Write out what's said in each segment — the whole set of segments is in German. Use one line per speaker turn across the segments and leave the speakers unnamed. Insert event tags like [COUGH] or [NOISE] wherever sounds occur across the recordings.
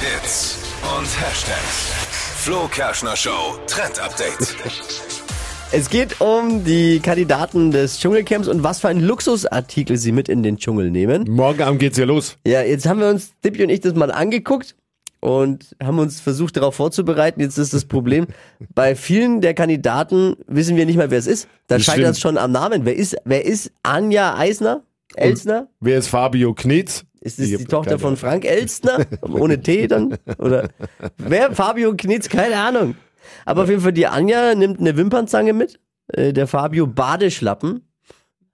Hits und Hashtags. Flo Kerschner Show Trend Update.
Es geht um die Kandidaten des Dschungelcamps und was für einen Luxusartikel sie mit in den Dschungel nehmen.
Morgen Abend geht's ja los.
Ja, jetzt haben wir uns, Dippi und ich, das mal angeguckt und haben uns versucht, darauf vorzubereiten. Jetzt ist das Problem, bei vielen der Kandidaten wissen wir nicht mal, wer es ist. Da
Das
scheitert es
stimmt.
schon am Namen. Wer ist, wer ist Anja Eisner? Elsner?
Wer ist Fabio Knetz?
Ist es
Ich
die
hab
Tochter
keine
von Frank
[LAUGHS]
Elstner? Ohne T dann? Oder wer? Fabio Knitz? Keine Ahnung. Aber auf jeden Fall, die Anja nimmt eine Wimpernzange mit. äh, Der Fabio Badeschlappen.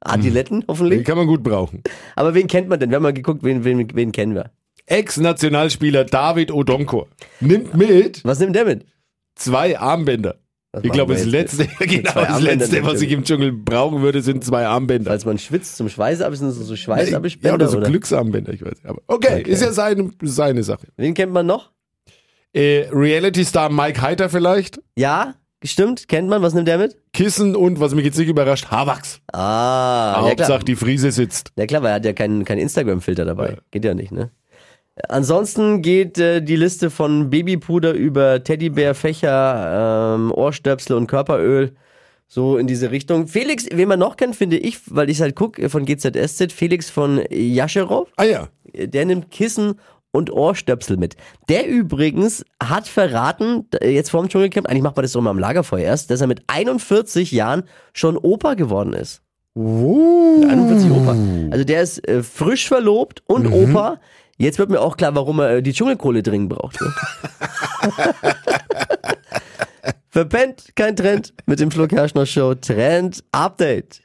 Adiletten,
Den
hoffentlich.
kann man gut brauchen.
Aber wen kennt man denn? Wir haben mal geguckt, wen, wen, wen kennen wir.
Ex-Nationalspieler David Odonkor nimmt mit
Was nimmt der mit?
zwei Armbänder.
Was
Ich glaube,
machen
das
wir jetzt?
letzte, [LAUGHS] genau
zwei
das
Armbändern
letzte, was ich
natürlich.
im Dschungel brauchen würde, sind zwei Armbänder.
Falls man schwitzt zum Schweißabspender, so, so
ja,
Schweißabspender,
oder so
oder?
Glücksarmbänder, ich weiß. nicht. Aber okay,
Okay.
ist ja seine, seine Sache.
Wen kennt man noch?
Äh, Reality-Star Mike Heiter vielleicht.
Ja, stimmt, kennt man. Was nimmt der mit?
Kissen und, was mich jetzt nicht überrascht, Haarwachs.
Ah, ja klar.
Hauptsache, die Friese sitzt.
Na klar, weil er hat ja keinen keinen Instagram-Filter dabei. Geht ja nicht, ne? Ansonsten geht äh, die Liste von Babypuder über Teddybär, Fächer, ähm, Ohrstöpsel und Körperöl so in diese Richtung. Felix, wen man noch kennt, finde ich, weil ich halt gucke, von GZSZ, Felix von Jascherow,
Ah ja,
äh, der nimmt Kissen und Ohrstöpsel mit. Der übrigens hat verraten, d- jetzt vorm Dschungelcamp, eigentlich macht man das doch mal am Lagerfeuer erst, dass er mit 41 Jahren schon Opa geworden ist. 41 Opa. Also der ist äh, frisch verlobt und Opa. Jetzt wird mir auch klar, warum er äh, die Dschungelkohle dringend braucht. Ne? Verpennt, kein Trend mit dem Flo Kerschner Show Trend Update.